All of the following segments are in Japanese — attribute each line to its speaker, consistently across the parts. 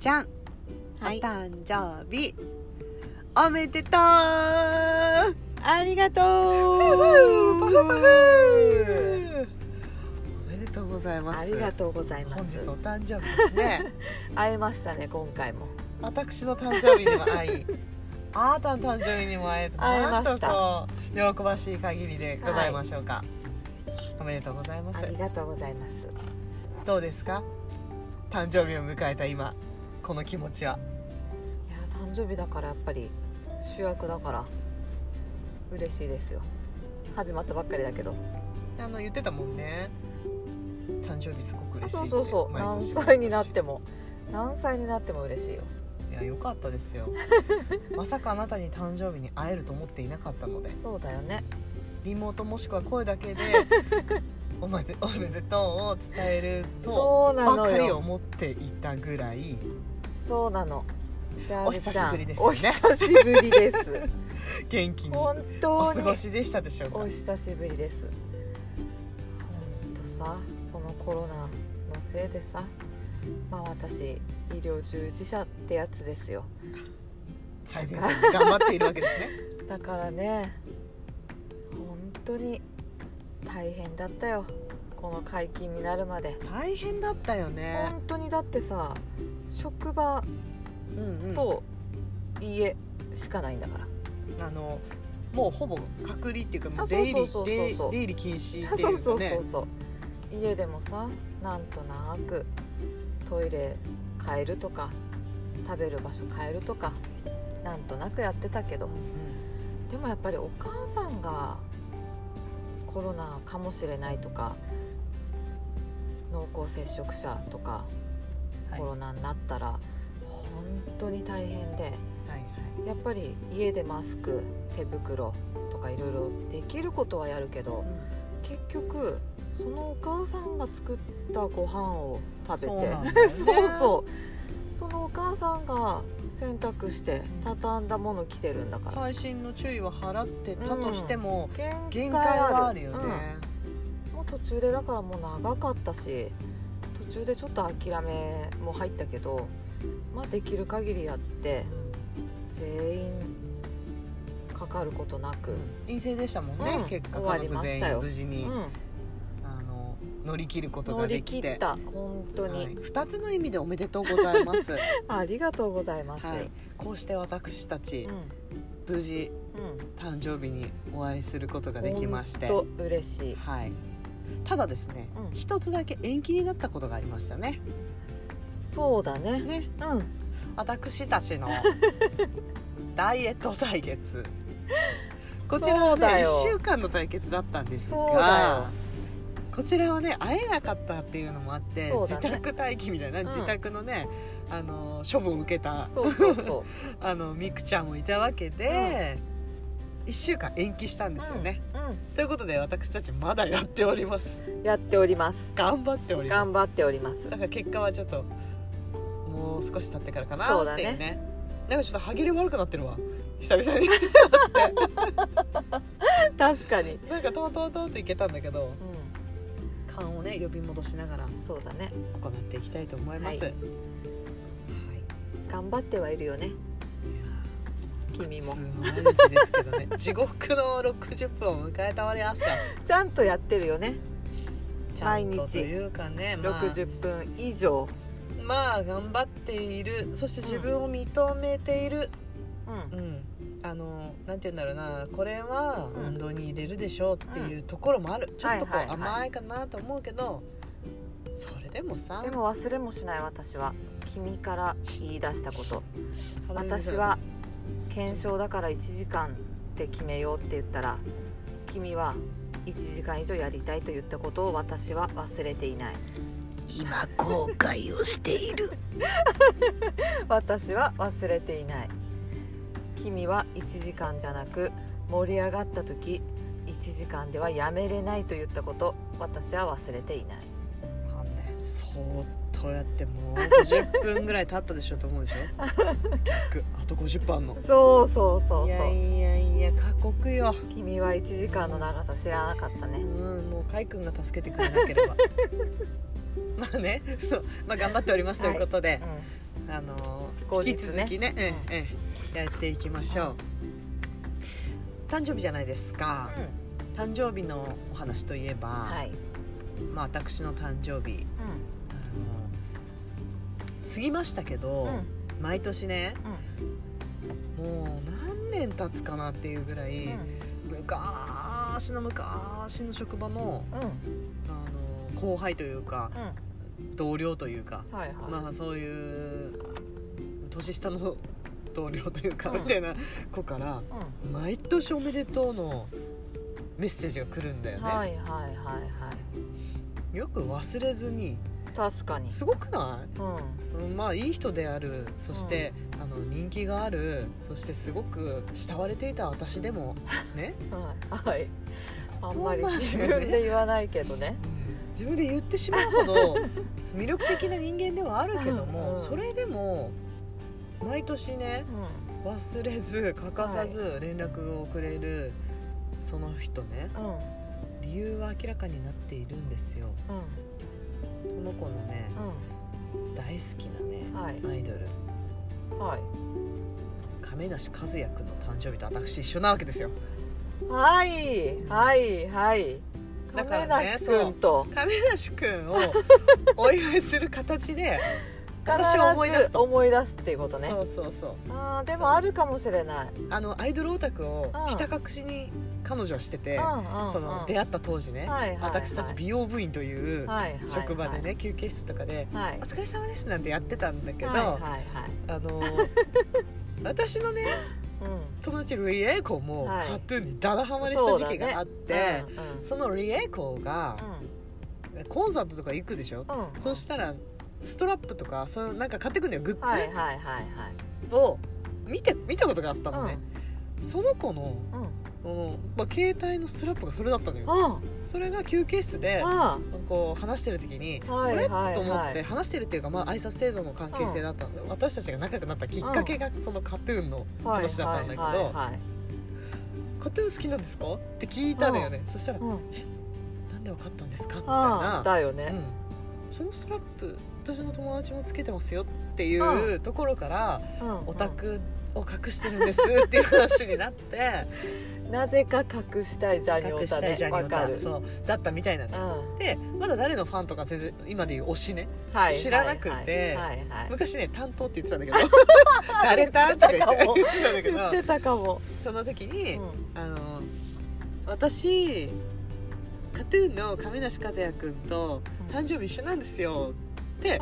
Speaker 1: ちゃん、
Speaker 2: はい
Speaker 1: お誕生日おめでとうあ
Speaker 2: りがと
Speaker 1: うパフパ
Speaker 2: う
Speaker 1: フおめでとうございます
Speaker 2: ありがとうございま
Speaker 1: 本日
Speaker 2: す
Speaker 1: お誕生日ですね
Speaker 2: 会えましたね今回も
Speaker 1: 私の誕生日にも会いあなたの誕生日にも会えて
Speaker 2: 会えました
Speaker 1: なんとこう喜ばしい限りでございましょうか、おめでとうございま
Speaker 2: あ
Speaker 1: す
Speaker 2: りがとうございます
Speaker 1: どうですか誕生日を迎えた今この気持ちはい
Speaker 2: や誕生日だからやっぱり主役だから嬉しいですよ始まったばっかりだけど
Speaker 1: あの言ってたもんね誕生日すごく嬉しいっ
Speaker 2: そう
Speaker 1: て
Speaker 2: そうそう
Speaker 1: 毎
Speaker 2: 何
Speaker 1: 年
Speaker 2: 歳になっても何歳になっても嬉しいよ
Speaker 1: いや良かったです よまさかあなたに誕生日に会えると思っていなかったので
Speaker 2: そうだよね
Speaker 1: リモートもしくは声だ けでおめでおめでとうを伝えると
Speaker 2: そうな
Speaker 1: ば
Speaker 2: の
Speaker 1: かり
Speaker 2: よ
Speaker 1: 思っていたぐらい
Speaker 2: そうなのジャー
Speaker 1: お
Speaker 2: ル
Speaker 1: 久
Speaker 2: ち
Speaker 1: し
Speaker 2: ゃん
Speaker 1: ぶりです
Speaker 2: お
Speaker 1: よね
Speaker 2: 久しぶりです
Speaker 1: 元気にお
Speaker 2: 本当
Speaker 1: 過
Speaker 2: に
Speaker 1: ごしでしたでしょうか
Speaker 2: お久しぶりですほんとさこのコロナのせいでさまあ私医療従事者ってやつですよ
Speaker 1: 最前線で頑張っているわけですね
Speaker 2: だからね本当に大変だったよこの解禁になるまで
Speaker 1: 大変だったよね
Speaker 2: 本当にだってさ職場
Speaker 1: うんうん
Speaker 2: と家しかないんだから、
Speaker 1: あのもうほぼ隔離っていうかもう
Speaker 2: あそう
Speaker 1: 出入
Speaker 2: そう
Speaker 1: り
Speaker 2: そうそう
Speaker 1: 出出入り禁止ってい
Speaker 2: そう
Speaker 1: うか
Speaker 2: そうそ
Speaker 1: ね
Speaker 2: うそう家でもさなんとなくトイレ変えるとか食べる場所変えるとかなんとなくやってたけどでもやっぱりお母さんがコロナかもしれないとか濃厚接触者とか
Speaker 1: はい
Speaker 2: コロナになったら本当に大変で
Speaker 1: はい
Speaker 2: やっぱり家でマスク手袋とかいろいろできることはやるけど、
Speaker 1: はい
Speaker 2: 結局そのお母さんが作ったご飯を食べて
Speaker 1: そうなんだよね
Speaker 2: そうそうそのお母さんが洗濯して
Speaker 1: うん
Speaker 2: 畳んだもの着てるんだから
Speaker 1: 最新の注意は払ってたとしても、
Speaker 2: 限
Speaker 1: 限
Speaker 2: 界
Speaker 1: 界
Speaker 2: は
Speaker 1: は
Speaker 2: あ
Speaker 1: あ
Speaker 2: る
Speaker 1: るよね、
Speaker 2: うんもう途中でだからもう長かったし途中でちょっと諦めも入ったけどまあできる限りやって全員かかることなく、
Speaker 1: 陰性でしたもんね、
Speaker 2: うん
Speaker 1: 結果
Speaker 2: 終わ
Speaker 1: 家
Speaker 2: り
Speaker 1: 族
Speaker 2: まし
Speaker 1: 全
Speaker 2: たよ
Speaker 1: 員無事
Speaker 2: う
Speaker 1: に、
Speaker 2: ん、
Speaker 1: あの乗り切ること
Speaker 2: 乗
Speaker 1: が
Speaker 2: り
Speaker 1: で
Speaker 2: 切
Speaker 1: き
Speaker 2: ってた本当に、
Speaker 1: はい、2つの意味でおめでとうござい ます、は
Speaker 2: ありがとうございます、
Speaker 1: い、こうして私たち
Speaker 2: うん
Speaker 1: 無事
Speaker 2: うん
Speaker 1: 誕生日にお会いすることができまして
Speaker 2: ほんと嬉しい
Speaker 1: はい、ただですね
Speaker 2: うん
Speaker 1: 一、つだけ延期になったことがありました ね
Speaker 2: そうだね
Speaker 1: ね
Speaker 2: うん
Speaker 1: 私た ちのダイエット対決こちら
Speaker 2: そ
Speaker 1: は
Speaker 2: うだ
Speaker 1: ね
Speaker 2: よ
Speaker 1: 1週間の対決だったんです
Speaker 2: そうだ
Speaker 1: がこちらはね会えなかったっていうのもあって、
Speaker 2: そうだ
Speaker 1: 自
Speaker 2: ね
Speaker 1: 宅待機みたいな、
Speaker 2: うん
Speaker 1: 自宅のねあの処分を受けた
Speaker 2: そうそうそ
Speaker 1: あのみくちゃんもいたわけで、一1週間延期したん
Speaker 2: う
Speaker 1: ですよね、、
Speaker 2: うん
Speaker 1: ということで私たちまだやっております
Speaker 2: うん、やっております
Speaker 1: 頑張っております
Speaker 2: 頑張っており ます
Speaker 1: だから結果はちょっともう少し経ってからかな
Speaker 2: そうだ
Speaker 1: っ
Speaker 2: ね
Speaker 1: ていうねなんかちょっと歯切れ悪くなってるわ久々 に
Speaker 2: 確かに
Speaker 1: なんかトントントンといけたんだけど
Speaker 2: う
Speaker 1: 勘をね呼び戻しながら
Speaker 2: んそうだね
Speaker 1: 行っていきたいと思います、
Speaker 2: はい
Speaker 1: い
Speaker 2: 頑張ってはいるよね
Speaker 1: やー
Speaker 2: 君も
Speaker 1: 普通の毎日ですけどね 地獄の60分を迎えたわりますよ
Speaker 2: ちゃんとやってるよね
Speaker 1: ちゃんと
Speaker 2: 毎日
Speaker 1: というかね、まあ、
Speaker 2: 60分以上
Speaker 1: まあ頑張っているそして自分を認めている、
Speaker 2: うん
Speaker 1: うん、あのなんて言うんだろうなこれは
Speaker 2: うん
Speaker 1: 運動に入れるでしょうっていうところもある、ちょっとこう
Speaker 2: はいはいはい
Speaker 1: 甘いかなと思うけど、それでもさ
Speaker 2: でも忘れもしない私は君から言い出したこと
Speaker 1: 肌身
Speaker 2: 私は検証だから1時間って決めようって言ったら君は1時間以上やりたいと言ったことを私は忘れていない
Speaker 1: 今後悔をしている
Speaker 2: 私は忘れていない君は1時間じゃなく盛り上がった時1時間ではやめれないと言ったこと私は忘れていない
Speaker 1: そーっとやってもう50分ぐらい経ったでしょうと思うでしょ逆あと50分あんの
Speaker 2: そうそうそう
Speaker 1: い
Speaker 2: そ
Speaker 1: や
Speaker 2: う
Speaker 1: いやいや過酷よ
Speaker 2: 君は1時間の長さ知らなかった
Speaker 1: う
Speaker 2: ね
Speaker 1: んもうかいくんが助けてくれなければまあねそうまあ頑張っておりますということで、
Speaker 2: う
Speaker 1: あの
Speaker 2: 後日ね
Speaker 1: 引き続きね、うんうんやっていきましょう、誕生日じゃないですか、
Speaker 2: う
Speaker 1: 誕生日のお話といえば、
Speaker 2: ん、はい、
Speaker 1: まあ、私の誕生日
Speaker 2: う
Speaker 1: あの過ぎましたけど、
Speaker 2: んうん
Speaker 1: 毎年ねもう何年経つかなっていうぐらい、昔の昔の職場の
Speaker 2: うん
Speaker 1: あの後輩というか
Speaker 2: う
Speaker 1: 同僚というか、
Speaker 2: んはいはい、
Speaker 1: まあそういう年下の同僚というか、
Speaker 2: うん
Speaker 1: みたいな子から
Speaker 2: う
Speaker 1: 毎年おめでとうのメッセージが来るんだよ
Speaker 2: ん、
Speaker 1: ね、
Speaker 2: はいはいはいはい
Speaker 1: よく忘れずに
Speaker 2: 確かに
Speaker 1: すごくない
Speaker 2: うん
Speaker 1: うんまあいい人であるそして、あの人気があるそしてすごく慕われていた私で もね、
Speaker 2: はい、はい、あんまり
Speaker 1: ここまで
Speaker 2: 自分で言わないけどね
Speaker 1: 自分で言ってしまうほ ど魅力的な人間ではあるけども、
Speaker 2: うん
Speaker 1: それでも毎年ね
Speaker 2: う
Speaker 1: 忘れず欠かさず連絡をくれる、その人ね
Speaker 2: んうん
Speaker 1: 理由は明らかになっているんですよ
Speaker 2: うん
Speaker 1: この子のね大好きなね
Speaker 2: うんはい
Speaker 1: アイドル
Speaker 2: はい
Speaker 1: 亀梨和也君の誕生日と私一緒なわけですよ
Speaker 2: はいはいはい
Speaker 1: だか
Speaker 2: 亀
Speaker 1: らね
Speaker 2: 梨君と
Speaker 1: 亀梨君 をお祝いする形で私は思い出
Speaker 2: 必
Speaker 1: す
Speaker 2: ず思い出すっていうことね
Speaker 1: そうそうそう
Speaker 2: あーでもあるかもしれない、
Speaker 1: あのアイドルオタクを
Speaker 2: うん
Speaker 1: ひた隠しに彼女はしてて、
Speaker 2: うんうんうん、
Speaker 1: その出会った当時ね、
Speaker 2: はいはいはい
Speaker 1: 私たち美容部員という
Speaker 2: はいはいはい
Speaker 1: 職場でね、休憩室とかで
Speaker 2: はい
Speaker 1: 「お疲れ様です」なんてやってたんだけど、
Speaker 2: はいはいはい
Speaker 1: あ の私のね友達リエイコも
Speaker 2: はい
Speaker 1: カトゥーンにダダハマりした時期があっ
Speaker 2: うん
Speaker 1: て、
Speaker 2: うんうん
Speaker 1: そのリエイコがコンサートとか行くでしょ、
Speaker 2: うんうん
Speaker 1: そしたらストラップとかそういうなんか買ってくんだよグッズ、
Speaker 2: はいはいはいはい
Speaker 1: を見て見たことがあったのね、その子の
Speaker 2: うんうん
Speaker 1: あの、まあ、携帯のストラップがそれだったのよ
Speaker 2: あ
Speaker 1: それが休憩室で
Speaker 2: あ
Speaker 1: こう話してる時に「
Speaker 2: は
Speaker 1: あ
Speaker 2: い
Speaker 1: れ?」
Speaker 2: はい
Speaker 1: と思っ
Speaker 2: は
Speaker 1: て
Speaker 2: い
Speaker 1: 話してるっていうか、まあ、挨拶程度の関係性だったので、私たちが仲良くなったきっかけがその KAT−TUN の
Speaker 2: はい
Speaker 1: 話だったんだけど
Speaker 2: はいはいは
Speaker 1: 「
Speaker 2: い
Speaker 1: KAT−TUN 好きなんですか?」って聞いたのよね、そしたら
Speaker 2: うん
Speaker 1: 「なんでわかったんですか?」みたい
Speaker 2: ああ
Speaker 1: な、
Speaker 2: だよ
Speaker 1: う
Speaker 2: ね
Speaker 1: ん「そのストラップ私の友達もつけてますよ」ってい
Speaker 2: あ
Speaker 1: うところから
Speaker 2: うん
Speaker 1: 「オタクを隠してるんです」っていう話になって。
Speaker 2: なぜか隠したいジャニオ
Speaker 1: 隠し
Speaker 2: タ
Speaker 1: たいジ
Speaker 2: ね
Speaker 1: ャニ
Speaker 2: わ
Speaker 1: オ
Speaker 2: か
Speaker 1: タ
Speaker 2: る
Speaker 1: そうだったみたいな
Speaker 2: う
Speaker 1: ね
Speaker 2: ん、
Speaker 1: でまだ誰のファンとか全然今でいう推しね
Speaker 2: はい
Speaker 1: 知らなくて
Speaker 2: はいはいはい
Speaker 1: 昔ね担当って言ってたんだ けど誰担とか言って
Speaker 2: 言ってた かも
Speaker 1: 言ってたんだけ
Speaker 2: 言
Speaker 1: ど
Speaker 2: ってたかも、
Speaker 1: その時に、
Speaker 2: うん
Speaker 1: あの私 KAT−TUN の亀梨和也君と誕生日一緒なんですよって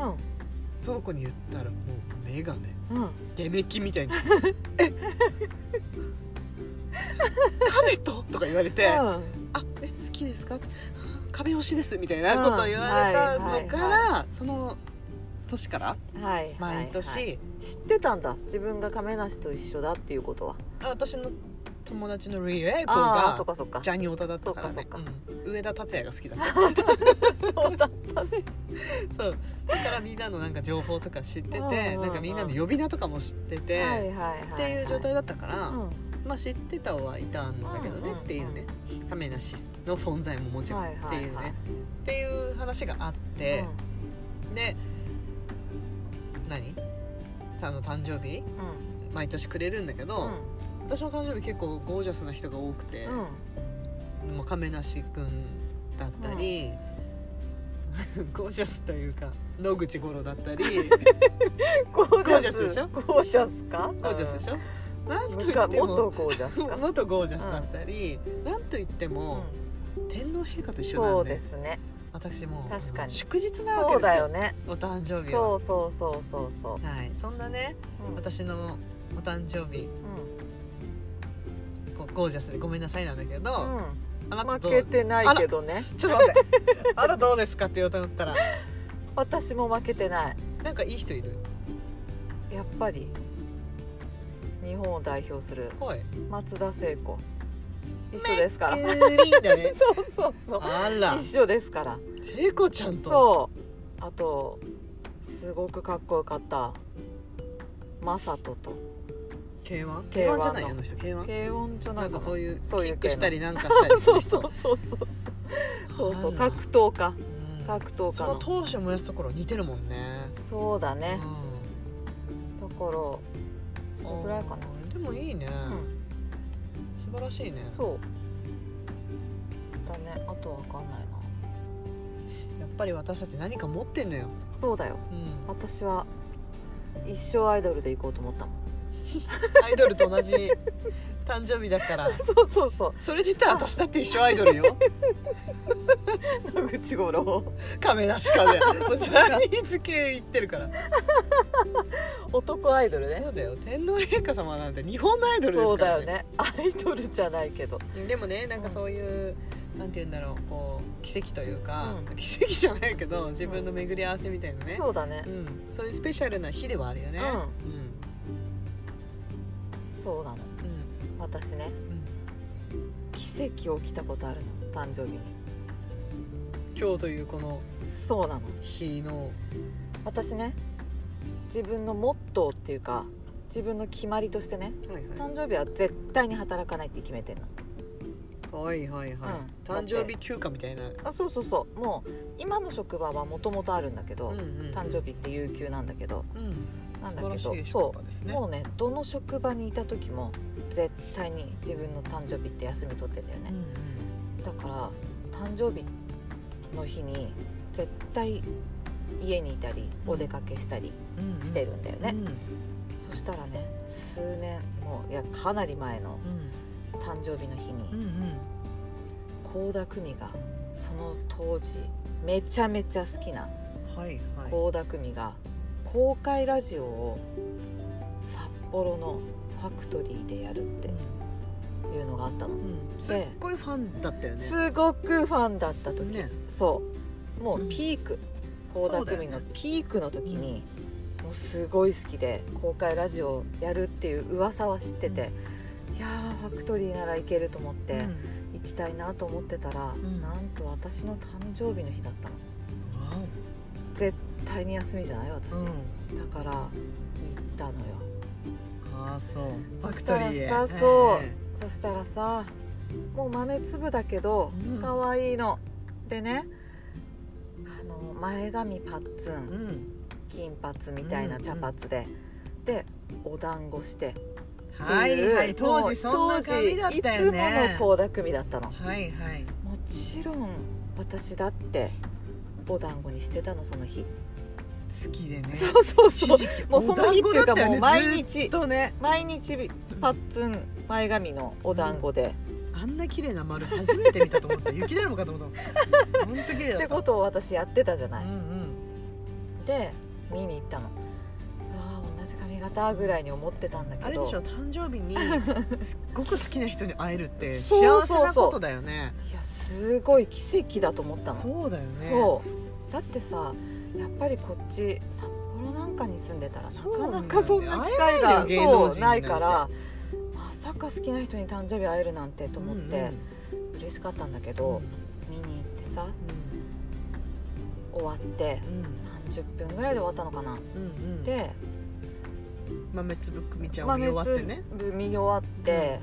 Speaker 1: その子に言ったらもう目がね
Speaker 2: うんうん
Speaker 1: デメキみたい に「え亀と?」とか言われて。
Speaker 2: うん
Speaker 1: あえ好きですか壁押しですみたいなことを言われたのから、
Speaker 2: うんはい
Speaker 1: その年から
Speaker 2: はい
Speaker 1: 毎年、
Speaker 2: はいはい知ってたんだ自分が亀梨と一緒だっていうことは
Speaker 1: 私の友達のリエイコ
Speaker 2: あ
Speaker 1: が
Speaker 2: あーそっかそっか
Speaker 1: ジャニオタだったから
Speaker 2: そっ
Speaker 1: ね
Speaker 2: かそっ、
Speaker 1: うん上田達也が好きだった
Speaker 2: そうだったね
Speaker 1: そうだからみんなのなんか情報とか知ってて
Speaker 2: うんうんうん
Speaker 1: なんかみんなの呼び名とかも知ってて、
Speaker 2: はいはいはい
Speaker 1: っていう状態だ
Speaker 2: だ
Speaker 1: ったから、
Speaker 2: うん
Speaker 1: まあ、知ってたはいたんだけどね、
Speaker 2: うんうんうん
Speaker 1: っていうね亀梨の存在ももちろんっ
Speaker 2: は
Speaker 1: てい
Speaker 2: い
Speaker 1: うね、
Speaker 2: はいはい
Speaker 1: っていう話があって。で何あの誕生日
Speaker 2: うん
Speaker 1: 毎年くれるんだけ
Speaker 2: う
Speaker 1: ど、
Speaker 2: ん
Speaker 1: 私の誕生日結構ゴージャスな人が多くて、
Speaker 2: うん
Speaker 1: もう亀梨君だったり、ゴージャスというか野口五郎だったり
Speaker 2: ゴージ
Speaker 1: ゴージ
Speaker 2: ャ
Speaker 1: ャ
Speaker 2: ス
Speaker 1: スでしょ
Speaker 2: ゴージャスか
Speaker 1: ゴージャスでしょ、なんと
Speaker 2: う
Speaker 1: い
Speaker 2: ん
Speaker 1: っても
Speaker 2: もっとゴージャスか
Speaker 1: 元ゴージャスだったり、なんといっても、
Speaker 2: うん
Speaker 1: 天皇陛下と一緒
Speaker 2: そ
Speaker 1: なん
Speaker 2: うで
Speaker 1: です
Speaker 2: ね
Speaker 1: 私もう
Speaker 2: 確かに
Speaker 1: 祝日なわけです
Speaker 2: そ
Speaker 1: よ
Speaker 2: うだよね
Speaker 1: お誕生日は
Speaker 2: そうそうそうそうそう
Speaker 1: はい、そんなね
Speaker 2: うん
Speaker 1: 私のお誕生日
Speaker 2: う
Speaker 1: こうゴージャスでごめんなさいなんだけど、
Speaker 2: ん
Speaker 1: あな
Speaker 2: う
Speaker 1: た
Speaker 2: ん
Speaker 1: ど
Speaker 2: 負
Speaker 1: う
Speaker 2: けてないけどね
Speaker 1: ちょっと待って あなたどうですかって言おうと思ったら
Speaker 2: 私も負けてない
Speaker 1: なんかいい人いる
Speaker 2: やっぱり日本を代表する
Speaker 1: はい
Speaker 2: 松田聖子一緒ですから
Speaker 1: えー、いいんだね
Speaker 2: そうそうそう
Speaker 1: あら
Speaker 2: 一緒ですから
Speaker 1: 聖子ちゃんと
Speaker 2: そうあとすごくかっこよかったマサトと
Speaker 1: K1K1
Speaker 2: K1
Speaker 1: じゃないあの人 K1
Speaker 2: 軽音じゃな
Speaker 1: ないん
Speaker 2: か
Speaker 1: か
Speaker 2: な
Speaker 1: そういうキ
Speaker 2: そういう
Speaker 1: ッ
Speaker 2: 系
Speaker 1: ク
Speaker 2: の
Speaker 1: したりなんかしたりす
Speaker 2: そ
Speaker 1: る
Speaker 2: う
Speaker 1: 人
Speaker 2: そうそうそうそうそう
Speaker 1: あら
Speaker 2: 格闘家
Speaker 1: うん
Speaker 2: 格闘家
Speaker 1: その
Speaker 2: の
Speaker 1: 当初燃やすところ似てるもんね
Speaker 2: そうだね
Speaker 1: う
Speaker 2: 頃そのくらいかな
Speaker 1: あーでもいいね、
Speaker 2: うん
Speaker 1: 素晴らしいね
Speaker 2: そうだねあとは分かんないな
Speaker 1: やっぱり私たち何か持ってんのよ、
Speaker 2: そうだよ
Speaker 1: うん、
Speaker 2: 私は一生アイドルで行こうと思ったもん
Speaker 1: アイドルと同 じ誕生日だから
Speaker 2: そうそうそ
Speaker 1: それで言ったら私だって一緒アイドル よ
Speaker 2: う野口五郎
Speaker 1: 亀梨 風もうジャニーズ系行ってるから
Speaker 2: 男アイドルね
Speaker 1: そうだよ天皇陛下様なんて日本のアイドルで
Speaker 2: そ
Speaker 1: す
Speaker 2: う
Speaker 1: か
Speaker 2: だ
Speaker 1: ら
Speaker 2: よねアイドルじゃないけど
Speaker 1: でもねなんかそういう、なんて言うんだろうこう奇跡というか、
Speaker 2: うん
Speaker 1: 奇跡じゃないけど自分の巡り合わせみたいなね、
Speaker 2: そうだね
Speaker 1: うん、そういうスペシャルな日ではあるよね
Speaker 2: そうな
Speaker 1: うんう
Speaker 2: の
Speaker 1: ん
Speaker 2: 私ね奇跡起きたことあるの誕生日に
Speaker 1: 今日というこの
Speaker 2: そうなの
Speaker 1: 日の
Speaker 2: 私ね自分のモットーっていうか自分の決まりとしてね
Speaker 1: はいは
Speaker 2: 誕生日は絶対に働かないって決めてる
Speaker 1: い
Speaker 2: の
Speaker 1: はいはいはい、
Speaker 2: うん
Speaker 1: 誕生日休暇みたいな、う
Speaker 2: あそうそうそうもう今の職場はもともとあるんだけ
Speaker 1: ん
Speaker 2: ど、
Speaker 1: うん
Speaker 2: 誕生日って有給なんだけど
Speaker 1: うん
Speaker 2: なんだ
Speaker 1: 素晴
Speaker 2: け
Speaker 1: らし
Speaker 2: ど
Speaker 1: い
Speaker 2: そ
Speaker 1: 職場です
Speaker 2: う
Speaker 1: ね
Speaker 2: もうねどの職場にいた時も絶対に自分の誕生日って休み取ってんだよね、だから誕生日の日に絶対家にいたり
Speaker 1: うん
Speaker 2: お出かけしたり
Speaker 1: うんうんうん
Speaker 2: してるんだよね、
Speaker 1: うん
Speaker 2: そしたらね数年もういやかなり前の誕生日の日
Speaker 1: うん
Speaker 2: に
Speaker 1: うん
Speaker 2: 倖田來未がその当時めちゃめちゃ好きな
Speaker 1: うんはいはい
Speaker 2: 倖田來未が公開ラジオを札幌のファクトリーでやるっていうのがあったの
Speaker 1: うんすっごいファンだったよね
Speaker 2: すごくファンだった時、
Speaker 1: ね
Speaker 2: そうもうピーク
Speaker 1: うんそう
Speaker 2: 倖田來未の
Speaker 1: だよね
Speaker 2: ピークの時に、もうすごい好きで公開ラジオをやるっていう噂は知ってて、いやーファクトリーなら行けると思って、
Speaker 1: うん
Speaker 2: 行きたいなと思ってたら、
Speaker 1: ん
Speaker 2: なんと私の誕生日の日だったの
Speaker 1: わ
Speaker 2: 絶対に休みじゃない私、
Speaker 1: おうん
Speaker 2: だから行ったのよ
Speaker 1: ああそうフ
Speaker 2: そ
Speaker 1: ァク
Speaker 2: し
Speaker 1: ト
Speaker 2: た
Speaker 1: リ
Speaker 2: ら
Speaker 1: ーへ
Speaker 2: さそう
Speaker 1: え
Speaker 2: そしたらさもう豆粒だけど
Speaker 1: うん
Speaker 2: 可愛、いのでねあの前髪パッツ
Speaker 1: え
Speaker 2: ン
Speaker 1: うん
Speaker 2: 金髪みたいな茶髪で、でお団子して
Speaker 1: はいは
Speaker 2: っ
Speaker 1: い
Speaker 2: てう
Speaker 1: 当時そんな髪だったよ
Speaker 2: 当時い
Speaker 1: ね
Speaker 2: つもの倖田來未だったのも
Speaker 1: はいはい
Speaker 2: ちろん私だってお団子にしてたのその日、
Speaker 1: 好きでね
Speaker 2: そうそ うそ
Speaker 1: 一
Speaker 2: う
Speaker 1: 時期
Speaker 2: もうその日っていうか
Speaker 1: お団子だったよ
Speaker 2: も
Speaker 1: ね
Speaker 2: う毎
Speaker 1: ず
Speaker 2: 日
Speaker 1: っとね
Speaker 2: 毎日パッツン前髪のお団子で、
Speaker 1: あんな綺麗な丸初めて見たと思った雪だるまかと思った本当綺麗だ
Speaker 2: っ
Speaker 1: った
Speaker 2: て ことを私やってたじゃない、
Speaker 1: うんうん
Speaker 2: で見に行ったのああ同じ髪型ぐらいに思ってたんだけど
Speaker 1: あれでしょ誕生日にすっごく好きな人に会えるって
Speaker 2: そう
Speaker 1: 幸せ
Speaker 2: そうそう
Speaker 1: なことだよね
Speaker 2: いやすごい奇跡だと思ったの
Speaker 1: そうだよね
Speaker 2: そうだってさやっぱりこっち札幌なんかに住んでたらな
Speaker 1: そうな
Speaker 2: か
Speaker 1: んだよ
Speaker 2: なかそんな機会が
Speaker 1: 会えないよ芸能人
Speaker 2: そう
Speaker 1: な
Speaker 2: なんい
Speaker 1: て
Speaker 2: からまさか好きな人に誕生日会えるなんてと思っ
Speaker 1: うんう
Speaker 2: て
Speaker 1: ん
Speaker 2: 嬉しかったんだけど、見に行ってさ終わって
Speaker 1: うん
Speaker 2: 30分ぐらいで終わったのかな、
Speaker 1: うんうん
Speaker 2: で
Speaker 1: 豆粒くみちゃんを見
Speaker 2: 豆
Speaker 1: 終わっ
Speaker 2: 粒
Speaker 1: てね
Speaker 2: 見終わって、で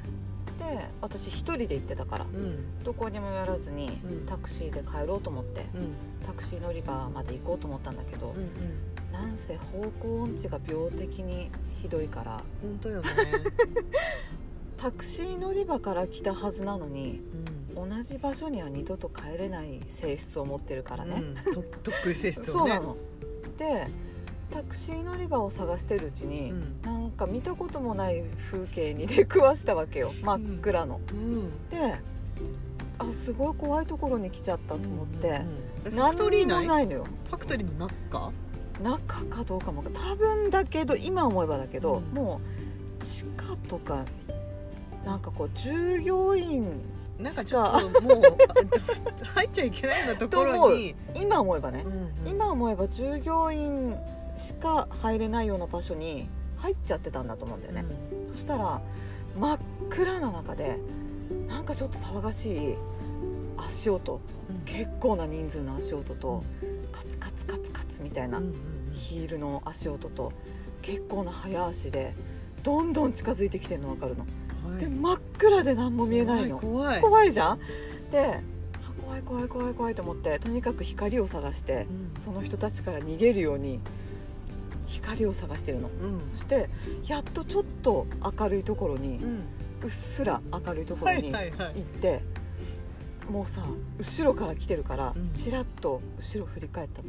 Speaker 2: 私一人で行ってたから
Speaker 1: うん
Speaker 2: どこにもやらずに
Speaker 1: うん
Speaker 2: タクシーで帰ろうと思って
Speaker 1: うん
Speaker 2: タクシー乗り場まで行こうと思ったんだけど、
Speaker 1: うんうん
Speaker 2: なんせ方向音痴が病的にひどいから
Speaker 1: 本当よね、
Speaker 2: タクシー乗り場から来たはずなのに
Speaker 1: うん
Speaker 2: 同じ場所には二度と帰れない性質を持ってるから
Speaker 1: う
Speaker 2: ね、
Speaker 1: ん、ととっくり性質
Speaker 2: そ
Speaker 1: を
Speaker 2: う
Speaker 1: ね
Speaker 2: なのでタクシー乗り場を探してるうちに、
Speaker 1: うん
Speaker 2: なんか見たこともない風景に出くわしたわけよ真っ暗の、
Speaker 1: うん
Speaker 2: であすごい怖いところに来ちゃったと思って、
Speaker 1: うんうんファ
Speaker 2: 何
Speaker 1: ク
Speaker 2: に
Speaker 1: トリー
Speaker 2: も
Speaker 1: 内
Speaker 2: ないのよ
Speaker 1: ファクトリーの中
Speaker 2: 中かどうかも多分だけど今思えばだけど、
Speaker 1: うん
Speaker 2: もう地下とかなんかこう従業員
Speaker 1: なんかちょっともうあ 入っちゃいけないようなところに、
Speaker 2: 今思えばね、
Speaker 1: うんうん
Speaker 2: 今思えば従業員しか入れないような場所に入っちゃってたんだと思うんだよね、そしたら真っ暗な中でなんかちょっと騒がしい足音
Speaker 1: うん
Speaker 2: 結構な人数の足音と、カツカツカツカツみたいな、
Speaker 1: うんうんうん
Speaker 2: ヒールの足音と結構な早足でどんどん近づいてきてるの分かるの、
Speaker 1: はい
Speaker 2: で真っ暗で何も見えないの怖
Speaker 1: 怖
Speaker 2: い
Speaker 1: い怖い
Speaker 2: じゃんであ怖い怖い怖い怖いと思ってとにかく光を探して
Speaker 1: うん
Speaker 2: その人たちから逃げるように光を探してるの
Speaker 1: うん
Speaker 2: そしてやっとちょっと明るいところにうっすら明るいところに行
Speaker 1: いは
Speaker 2: って、もうさ後ろから来てるから、
Speaker 1: うん
Speaker 2: ちらっと後ろ振り返ったの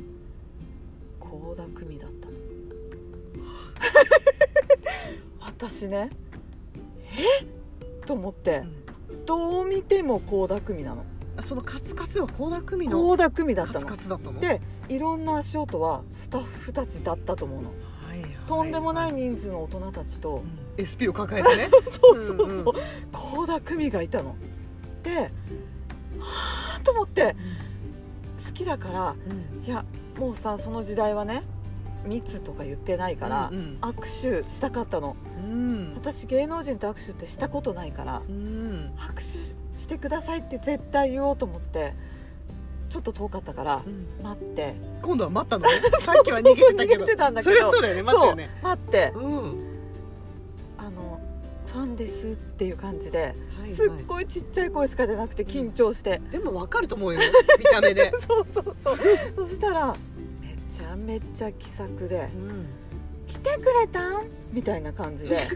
Speaker 2: 倖田來未 だったの私ねえと思って、どう見ても倖田來未なの
Speaker 1: あそのカツカツは倖田來未の
Speaker 2: 倖田來未だっ
Speaker 1: カ
Speaker 2: た
Speaker 1: ツ
Speaker 2: の
Speaker 1: カツだったの
Speaker 2: でいろんな足音はスタッフたちだったと思うの
Speaker 1: はいはい
Speaker 2: とんでもない人数の大人たちと
Speaker 1: うん SP を抱えてね
Speaker 2: そうそうそう
Speaker 1: うんうん
Speaker 2: 倖田來未がいたのではあと思って好きだからいやもうさその時代はね密とか言ってないから、
Speaker 1: うん
Speaker 2: 握手したかったの
Speaker 1: うん
Speaker 2: 私芸能人と握手ってしたことないから
Speaker 1: うん
Speaker 2: 握手してくださいって絶対言おうと思ってちょっと遠かったから
Speaker 1: うん
Speaker 2: 待って
Speaker 1: 今度は待ったのねさっきは 逃げてたけ
Speaker 2: 逃
Speaker 1: ど
Speaker 2: げてたんだけ
Speaker 1: そ
Speaker 2: ど
Speaker 1: れはそうだよね待ったよね
Speaker 2: そう待って
Speaker 1: うん
Speaker 2: あのファンですっていう感じで
Speaker 1: はいはい
Speaker 2: すっごいちっちゃい声しか出なくて緊張して、
Speaker 1: でもわかると思うよ見た目 で
Speaker 2: そうそうそうそしたらめちゃめちゃ気さくで
Speaker 1: うん
Speaker 2: 「来てくれたん?」みたいな感じで「
Speaker 1: わか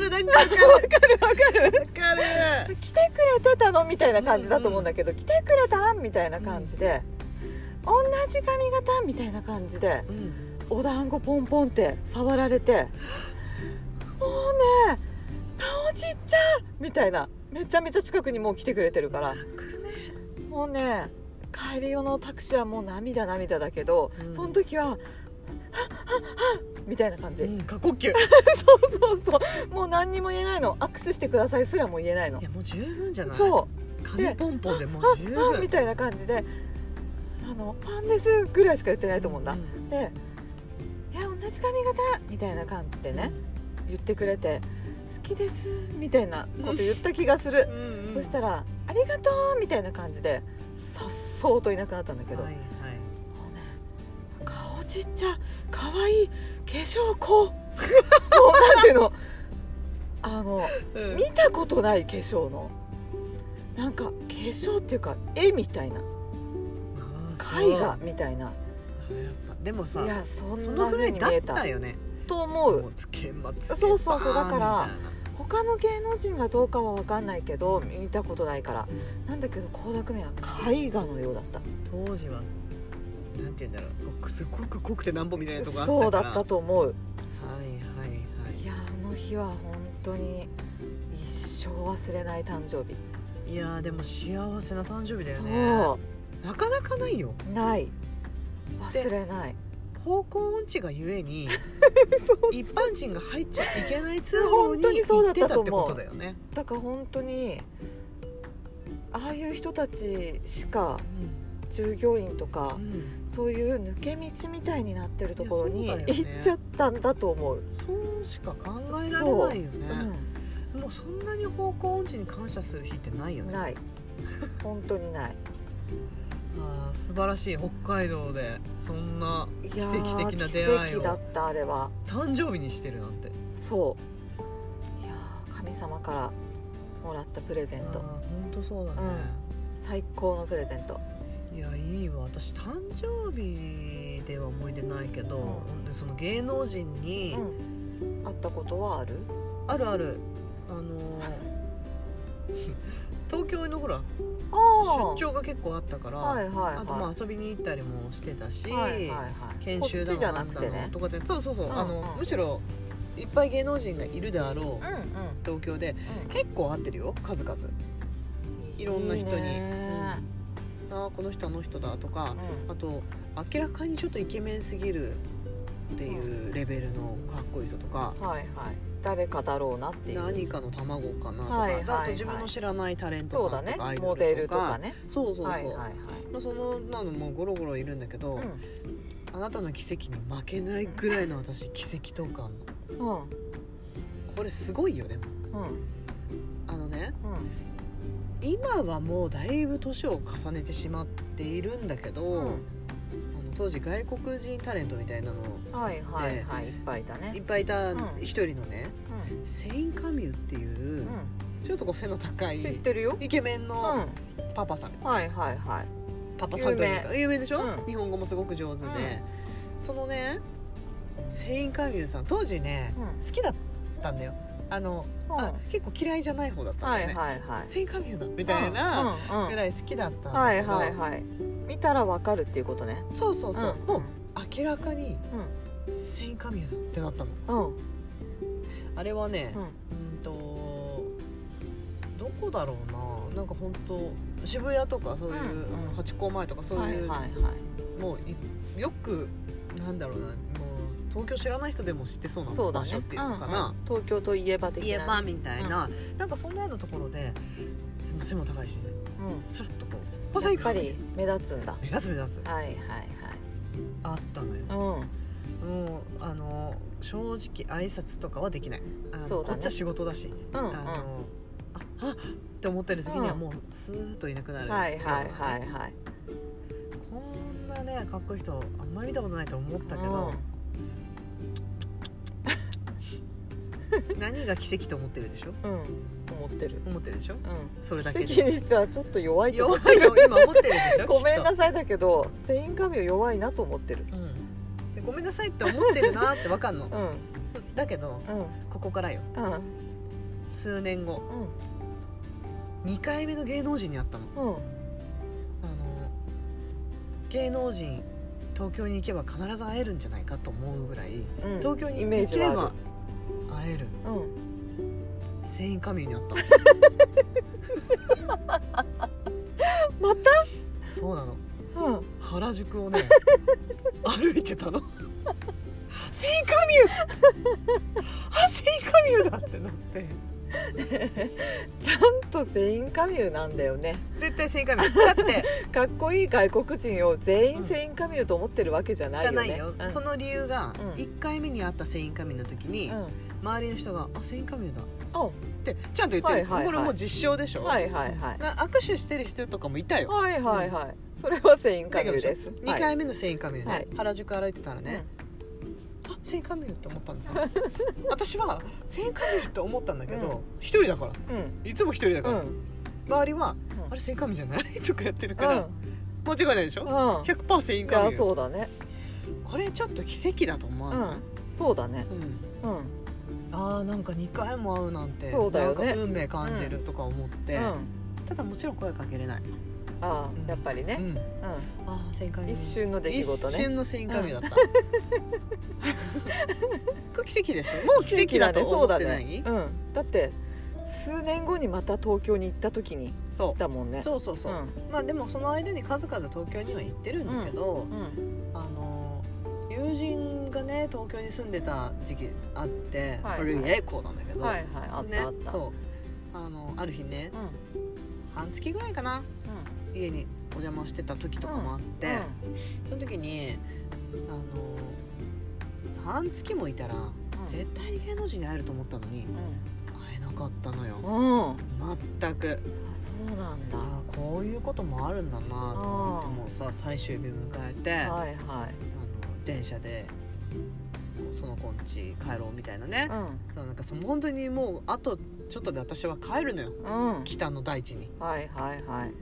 Speaker 1: るなんかわかるわかるわかるわかる
Speaker 2: 来てくれてたの?」みたいな感じだと思うんだけど「来てくれたん?」みたいな感じで「同じ髪型?」みたいな感じで
Speaker 1: うん
Speaker 2: お団子ポンポンって触られて「もうね顔ちっちゃい!」みたいなめちゃめちゃ近くにもう来てくれてるから。もうね帰り用のタクシーはもう涙涙だけど、
Speaker 1: うん
Speaker 2: その時は「はっはっはっみたいな感じ、
Speaker 1: うん過呼吸い
Speaker 2: そうそうそうもう何にも言えないの握手してくださいすらも言えないの
Speaker 1: やもう十分じゃない
Speaker 2: そうで
Speaker 1: 紙ポンポンでも
Speaker 2: う「は
Speaker 1: う
Speaker 2: っ
Speaker 1: 十
Speaker 2: はっ
Speaker 1: 分
Speaker 2: みたいな感じで「あのパンです」ぐらいしか言ってないと思うんだ、
Speaker 1: ん
Speaker 2: で「いや同じ髪型」みたいな感じでね言ってくれて「好きです」みたいなこと言った気がする
Speaker 1: う、んうん
Speaker 2: そしたら「ありがとう」みたいな感じでさっそうといなくなったんだけど、
Speaker 1: はいはい
Speaker 2: もうね顔ちっちゃ可愛い化粧こうもうなんていうのあの
Speaker 1: うん
Speaker 2: 見たことない化粧のなんか化粧っていうか絵みたいな
Speaker 1: あーそう
Speaker 2: 絵画みたいな
Speaker 1: やっぱでもさ
Speaker 2: いやそ
Speaker 1: そ
Speaker 2: んな
Speaker 1: のぐら
Speaker 2: 風
Speaker 1: い
Speaker 2: に
Speaker 1: だ
Speaker 2: 見
Speaker 1: っ
Speaker 2: えた
Speaker 1: たよね
Speaker 2: と思う
Speaker 1: もうつけまつげ
Speaker 2: そうそうそう
Speaker 1: バーン
Speaker 2: だから
Speaker 1: みたいな
Speaker 2: 他の芸能人がどうかは分かんないけど見たことないからなんだけど倖田來未は絵画のようだった
Speaker 1: 当時はなんて言うんだろうこうすごく濃くてなんぼみたいなとこあった
Speaker 2: そうだ
Speaker 1: から
Speaker 2: ったと思う
Speaker 1: はいはい
Speaker 2: い
Speaker 1: は
Speaker 2: やあの日は本当に一生忘れない誕生日
Speaker 1: いいやーでも幸せな誕生日だよ
Speaker 2: そ
Speaker 1: ねなかなかないよ
Speaker 2: うない
Speaker 1: で
Speaker 2: 忘れない
Speaker 1: 方向音痴がゆえ に
Speaker 2: そう
Speaker 1: 一般人が入っちゃいけない通路に行ってたってことだよね
Speaker 2: だから本当にああいう人たちしか従業員とか
Speaker 1: うんうん
Speaker 2: そういう抜け道みたいになってるところに
Speaker 1: いやそうだよ
Speaker 2: 行
Speaker 1: ね
Speaker 2: っちゃったんだと思う、
Speaker 1: そうしか考えられないよ
Speaker 2: う
Speaker 1: ね
Speaker 2: ん
Speaker 1: もうそんなに方向音痴に感謝する日ってないよね
Speaker 2: ない本当にない
Speaker 1: あー素晴らしい北海道でそんない奇
Speaker 2: やー
Speaker 1: 跡的な出会い
Speaker 2: 奇跡だ
Speaker 1: を
Speaker 2: ったあれは
Speaker 1: 誕生日にしてるなんて
Speaker 2: そういやー神様からもらったプレゼント
Speaker 1: 本当そうだね、
Speaker 2: 最高のプレゼント
Speaker 1: いやいいわ私誕生日では思い出ないけど、でその芸能人に、
Speaker 2: うん、あったことはある
Speaker 1: あるあるあのー 東京のほら
Speaker 2: あ
Speaker 1: 出
Speaker 2: あ
Speaker 1: 張が結構あったから、
Speaker 2: はいはいはい
Speaker 1: あとまあ遊びに行ったりもしてたし、
Speaker 2: はいはいはい、
Speaker 1: 研修
Speaker 2: こっ
Speaker 1: だ
Speaker 2: ちじゃ
Speaker 1: のな
Speaker 2: な
Speaker 1: ん
Speaker 2: く
Speaker 1: だ
Speaker 2: て
Speaker 1: の
Speaker 2: ね
Speaker 1: とかじゃそうそうそう、
Speaker 2: うん
Speaker 1: あの
Speaker 2: うん
Speaker 1: むしろいっぱい芸能人がいるであろ
Speaker 2: うん
Speaker 1: う
Speaker 2: うん
Speaker 1: 東京で結構会ってるよ数々いろんな人に
Speaker 2: いいね
Speaker 1: あーこの人あの人だとか
Speaker 2: う、ん
Speaker 1: あと明らかにちょっとイケメンすぎるっていうレベルのかっこいい人とか、
Speaker 2: はいはい誰かだろうなっていう
Speaker 1: 何かの卵かなとか、
Speaker 2: はいはいはい
Speaker 1: あと自分の知らないタレン
Speaker 2: そ
Speaker 1: ト
Speaker 2: う
Speaker 1: さ
Speaker 2: だ
Speaker 1: ん
Speaker 2: ね
Speaker 1: とかアイド
Speaker 2: モデ
Speaker 1: ル
Speaker 2: ル
Speaker 1: と
Speaker 2: とか
Speaker 1: か
Speaker 2: ね
Speaker 1: そうそうそう、
Speaker 2: はいはいはい、
Speaker 1: まあ、そのなのもゴロゴロいるんだけど、あなたの奇跡に負けないぐらいの私奇跡とか
Speaker 2: うんうん
Speaker 1: これすごいよね
Speaker 2: うん
Speaker 1: あのね
Speaker 2: うん
Speaker 1: 今はもうだいぶ年を重ねてしまっているんだけど、
Speaker 2: う
Speaker 1: あ
Speaker 2: ん
Speaker 1: の当時外国人タレントみたいなの
Speaker 2: はいはいはいいっぱいだ
Speaker 1: いっ
Speaker 2: ね
Speaker 1: ぱいいた
Speaker 2: うん
Speaker 1: 一人のね、セイン・カミューっていう、
Speaker 2: うん、
Speaker 1: ちょっとこう背の高
Speaker 2: うん、知っ
Speaker 1: い
Speaker 2: てるよ
Speaker 1: イケメン
Speaker 2: う
Speaker 1: の
Speaker 2: ん
Speaker 1: パパさん、
Speaker 2: はいはいはい
Speaker 1: パパさんというか有名でしょ、
Speaker 2: うん
Speaker 1: 日本語もすごく上手で、そのねセインカミューさん当時ね
Speaker 2: うん
Speaker 1: 好きだったんだよあの、あ
Speaker 2: う
Speaker 1: 結構嫌いじゃない方だっ
Speaker 2: ん
Speaker 1: たん
Speaker 2: は
Speaker 1: だよ
Speaker 2: い
Speaker 1: ね、
Speaker 2: はいはい
Speaker 1: セインカミューだみたいな
Speaker 2: うんうんうん
Speaker 1: ぐらい好きだったんだ
Speaker 2: は
Speaker 1: け
Speaker 2: い
Speaker 1: ど、
Speaker 2: はいはい見たらわかるっていうことね
Speaker 1: そうそうそう、
Speaker 2: ん
Speaker 1: もう明らかにセインカミューだってなったの
Speaker 2: うんうん
Speaker 1: あれはね、うんとどこだろうななんか本当渋谷とかそういう、
Speaker 2: うんうん
Speaker 1: あのハチ公前とかそう、
Speaker 2: はいはいいうはい
Speaker 1: もういよくなんだろうなもう東京知らない人でも知ってそうな
Speaker 2: そうだ
Speaker 1: 場
Speaker 2: ね
Speaker 1: 所っていうのかな
Speaker 2: うんうん東京といえば的
Speaker 1: 家
Speaker 2: な
Speaker 1: 場みたいな、なんかそんなようなところででも背も高いしね
Speaker 2: うん
Speaker 1: スラッとこう
Speaker 2: やっぱり目立つんだ
Speaker 1: 目立つ目立つ
Speaker 2: はいはい
Speaker 1: あったのよ
Speaker 2: はい
Speaker 1: もうあの正直挨拶とかはできないあの
Speaker 2: そうだね
Speaker 1: こっちは仕事だし
Speaker 2: うんうんう
Speaker 1: あ
Speaker 2: ん
Speaker 1: のああっって思ってる時には
Speaker 2: うん
Speaker 1: もうスーッといなくなる、
Speaker 2: はいはいはいはい
Speaker 1: こんなねかっこいい人あんまり見たことないと思ったけど、何が奇跡と思ってるでしょ
Speaker 2: うんうん思ってる
Speaker 1: 思ってるでしょ
Speaker 2: う
Speaker 1: それだ
Speaker 2: ん
Speaker 1: け
Speaker 2: 奇
Speaker 1: で
Speaker 2: 跡にしてはちょっと弱いと思
Speaker 1: 弱
Speaker 2: う
Speaker 1: いの今思ってるでしょ
Speaker 2: ごめん
Speaker 1: き
Speaker 2: な
Speaker 1: っ
Speaker 2: さいだけどセインカミュ弱いなと思ってる
Speaker 1: とうんでごめんなさいって思ってるなってわかんの
Speaker 2: うんうん
Speaker 1: だけど
Speaker 2: うん
Speaker 1: ここからよ
Speaker 2: うん
Speaker 1: 数年後2回目の芸能人に会ったの
Speaker 2: う
Speaker 1: あ
Speaker 2: ん
Speaker 1: の芸能人東京に行けば必ず会えるんじゃないかと思うぐらい
Speaker 2: うん
Speaker 1: 東京に
Speaker 2: イメー
Speaker 1: 行
Speaker 2: ジ
Speaker 1: け
Speaker 2: はある
Speaker 1: ば会える
Speaker 2: うん
Speaker 1: セインカミュに会 ったの
Speaker 2: ま
Speaker 1: そうなの
Speaker 2: たうん
Speaker 1: 原宿を ね歩いてたのセイカ ミューあセイカミューだってなって
Speaker 2: ちゃんと全員カミュなんだよね
Speaker 1: 絶対セイカミューだって
Speaker 2: かっこいい外国人を全員全員カミュと思ってるわけじゃ ない
Speaker 1: じゃ
Speaker 2: よね
Speaker 1: ないよ、
Speaker 2: うん
Speaker 1: その理由が
Speaker 2: うん
Speaker 1: 1回目に会ったセインカミューの時に、
Speaker 2: う
Speaker 1: 周りの人が「あセインカミューだ」
Speaker 2: お
Speaker 1: ってちゃんと言ってる、
Speaker 2: はいはいはい
Speaker 1: これもう実証でしょ、
Speaker 2: んはいはいはい
Speaker 1: な握手してる人とかもいたよ
Speaker 2: はいはいはいそれは全員カミュです
Speaker 1: 2
Speaker 2: はい
Speaker 1: 回目のセインカミューね、
Speaker 2: はい
Speaker 1: 原宿歩いてたらね、あセインカミューって思ったん ですよ私はセインカミューって思ったんだけど一、人だから
Speaker 2: うん
Speaker 1: いつも一人だか
Speaker 2: う
Speaker 1: ら、
Speaker 2: んうん
Speaker 1: 周りは、
Speaker 2: うん
Speaker 1: あれセインカミューじゃない とかやってる
Speaker 2: う
Speaker 1: から、
Speaker 2: ん
Speaker 1: 間違いないでしょ
Speaker 2: うん
Speaker 1: 100%セイン
Speaker 2: い
Speaker 1: カミ
Speaker 2: や
Speaker 1: ュー
Speaker 2: そうだね
Speaker 1: これちょっと奇跡だと思
Speaker 2: う
Speaker 1: わない
Speaker 2: ん、そうだね
Speaker 1: うん
Speaker 2: うん
Speaker 1: あーなんか2回も会うなんて
Speaker 2: そうだよね
Speaker 1: なんか運命感じるとか思って、
Speaker 2: うん
Speaker 1: ただもちろん声かけれない、
Speaker 2: あ
Speaker 1: うん
Speaker 2: あやっぱり
Speaker 1: う
Speaker 2: ね
Speaker 1: ん、
Speaker 2: う
Speaker 1: あーセインカミ
Speaker 2: ん
Speaker 1: ュー
Speaker 2: 一瞬の出来事
Speaker 1: 一
Speaker 2: ね
Speaker 1: 瞬のセインカミュだった、これ奇跡でしょもう奇跡だと思ってない
Speaker 2: そうだねうんだって数年後にまた東京に行った時に
Speaker 1: そう
Speaker 2: だもんね
Speaker 1: そうそうそう、まあでもその間に数々東京には行ってるんだけど、
Speaker 2: うんうん
Speaker 1: あの友人がね東京に住んでた時期あって、
Speaker 2: はい
Speaker 1: これエコーなんだけど、
Speaker 2: はいはいあっ
Speaker 1: ね
Speaker 2: たあった
Speaker 1: そうあのある日ね
Speaker 2: うん
Speaker 1: 半月ぐらいかな家にお邪魔してた時とかもあって、その時にあの半月もいたら絶対に芸能人に会えると思ったのに会えなかったのよ
Speaker 2: うんうんうん
Speaker 1: 全く
Speaker 2: そうなんだ
Speaker 1: あーこういうこともあるんだなと思ってもうさ最終日迎えて、あ
Speaker 2: はいはい
Speaker 1: の電車でこうその子ん家帰ろうみたいなね
Speaker 2: う、
Speaker 1: そうなんかその本当にもうあとちょっとで私は帰るのよ
Speaker 2: んうん
Speaker 1: 北の大地に
Speaker 2: はいはいはい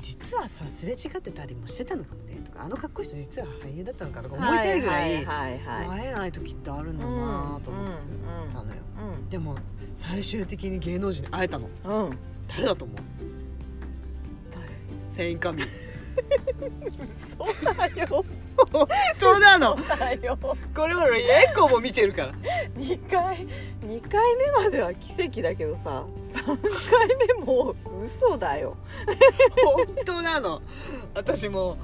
Speaker 1: 実はさすれ違ってたりもしてたのかもねとかあのかっこいい人実は俳優だったのかとか思いたいぐらい
Speaker 2: はいはいはい
Speaker 1: 会えない時ってあるんだなと思ったのよ、でも最終的に芸能人に会えたの
Speaker 2: うんうんうんうん
Speaker 1: 誰だと思うセインカミ
Speaker 2: 誰嘘だよ
Speaker 1: そうなの
Speaker 2: だよ
Speaker 1: これはエコーも見てるから
Speaker 2: 二回二回目までは奇跡だけどさ三回目も嘘だよ
Speaker 1: 本当なの私も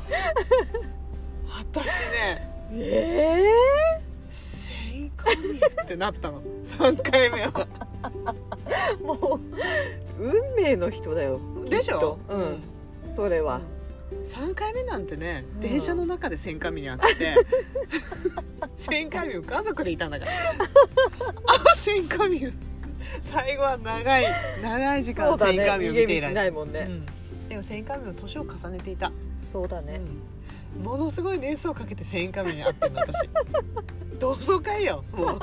Speaker 1: 私ね
Speaker 2: え
Speaker 1: セイコミってなったの3回目は
Speaker 2: えもう運命の人だよ
Speaker 1: でしょ
Speaker 2: きっとうんそれは
Speaker 1: 3回目なんてね、
Speaker 2: うん
Speaker 1: 電車の中で1000回目にあって1000回目を家族でいたんだからあ1000回目最後は長い長い時間
Speaker 2: そうだね
Speaker 1: 1000回目を見て
Speaker 2: 逃げ
Speaker 1: い
Speaker 2: 道
Speaker 1: ら
Speaker 2: な
Speaker 1: れ
Speaker 2: いもん
Speaker 1: た
Speaker 2: ね
Speaker 1: うんでも1000回目の年を重ねていた
Speaker 2: そうだね
Speaker 1: うんものすごい年数をかけてセインカミに会ってるの 私同窓会よもう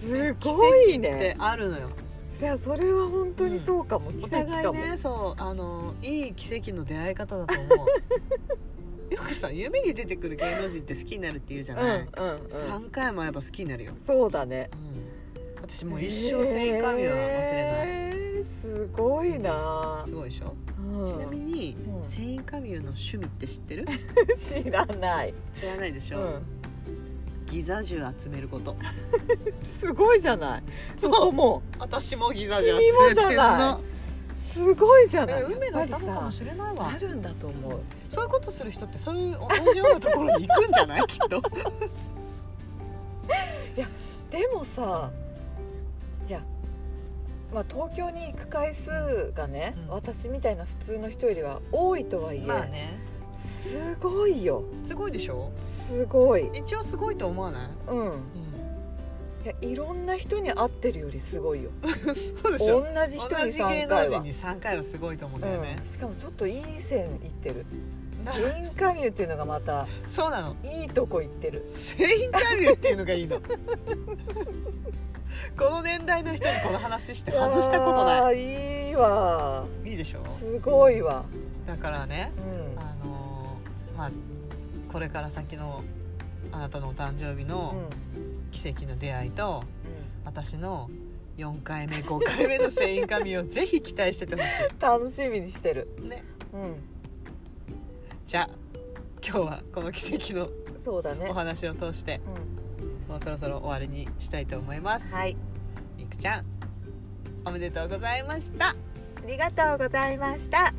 Speaker 2: すご
Speaker 1: で
Speaker 2: いね
Speaker 1: あるのよ
Speaker 2: いやそれは本当にそうかも、
Speaker 1: お
Speaker 2: 奇跡
Speaker 1: 互い
Speaker 2: かも、
Speaker 1: ねそうあのいい奇跡の出会い方だと思う よくさ夢に出てくる芸能人って好きになるって言うじゃ
Speaker 2: うんう
Speaker 1: ない、
Speaker 2: んうん
Speaker 1: 3回も会えば好きになるよ、
Speaker 2: そうだね
Speaker 1: 私もう一生正解日は忘れない、
Speaker 2: えーすごいな
Speaker 1: す、ごいでしょ、
Speaker 2: うん
Speaker 1: ちなみに、
Speaker 2: うん
Speaker 1: セインカミューの趣味って知ってる
Speaker 2: 知らない、
Speaker 1: 知らないでし
Speaker 2: う
Speaker 1: ょ、
Speaker 2: ん、
Speaker 1: ギザ銃集めること
Speaker 2: すごいじゃないそこも
Speaker 1: 私もギザ
Speaker 2: 銃集めてんの君もじゃすごいじゃないやっ
Speaker 1: 梅
Speaker 2: ぱ
Speaker 1: がい
Speaker 2: り
Speaker 1: たのか
Speaker 2: さ
Speaker 1: もしれないわ
Speaker 2: あるんだと思う
Speaker 1: そういうことする人ってそういう同じようなところに行くんじゃ ないきっと
Speaker 2: でもさいやまあ東京に行く回数がね、
Speaker 1: うん
Speaker 2: 私みたいな普通の人よりは多いとはいえ、
Speaker 1: ね
Speaker 2: すごいよ
Speaker 1: すごいでしょ
Speaker 2: すごい
Speaker 1: 一応すごいと思わない、
Speaker 2: うんいやいろんな人に会ってるよりすごいよ
Speaker 1: そうでし
Speaker 2: 同
Speaker 1: ょ
Speaker 2: じ
Speaker 1: 同
Speaker 2: 人に
Speaker 1: じ芸
Speaker 2: 3
Speaker 1: 能
Speaker 2: 回
Speaker 1: 人
Speaker 2: は、
Speaker 1: に3回はすごいと思うんだよね
Speaker 2: うん、、しかもちょっといい線いってる
Speaker 1: な
Speaker 2: インカミューっていうのがまた
Speaker 1: そうなの
Speaker 2: いいとこいってる
Speaker 1: 全員カミューっていうのがいいの この年代の人にこの話して外したことない
Speaker 2: いいいわ
Speaker 1: いいでしょ
Speaker 2: すごいわ
Speaker 1: だからね
Speaker 2: うん
Speaker 1: あのーまあこれから先のあなたのお誕生日
Speaker 2: うん
Speaker 1: の奇跡の出会いと、私の4回目5回目のセインカミューをぜひ期待しててほし
Speaker 2: 楽しみにしてる
Speaker 1: い、ね、
Speaker 2: うん
Speaker 1: じゃあ今日はこの奇跡の
Speaker 2: そうだね
Speaker 1: お話を通して
Speaker 2: う
Speaker 1: もうそろそろ終わりにしたいと思います
Speaker 2: んはい
Speaker 1: いくちゃんおめでとうございました
Speaker 2: ありがとうございました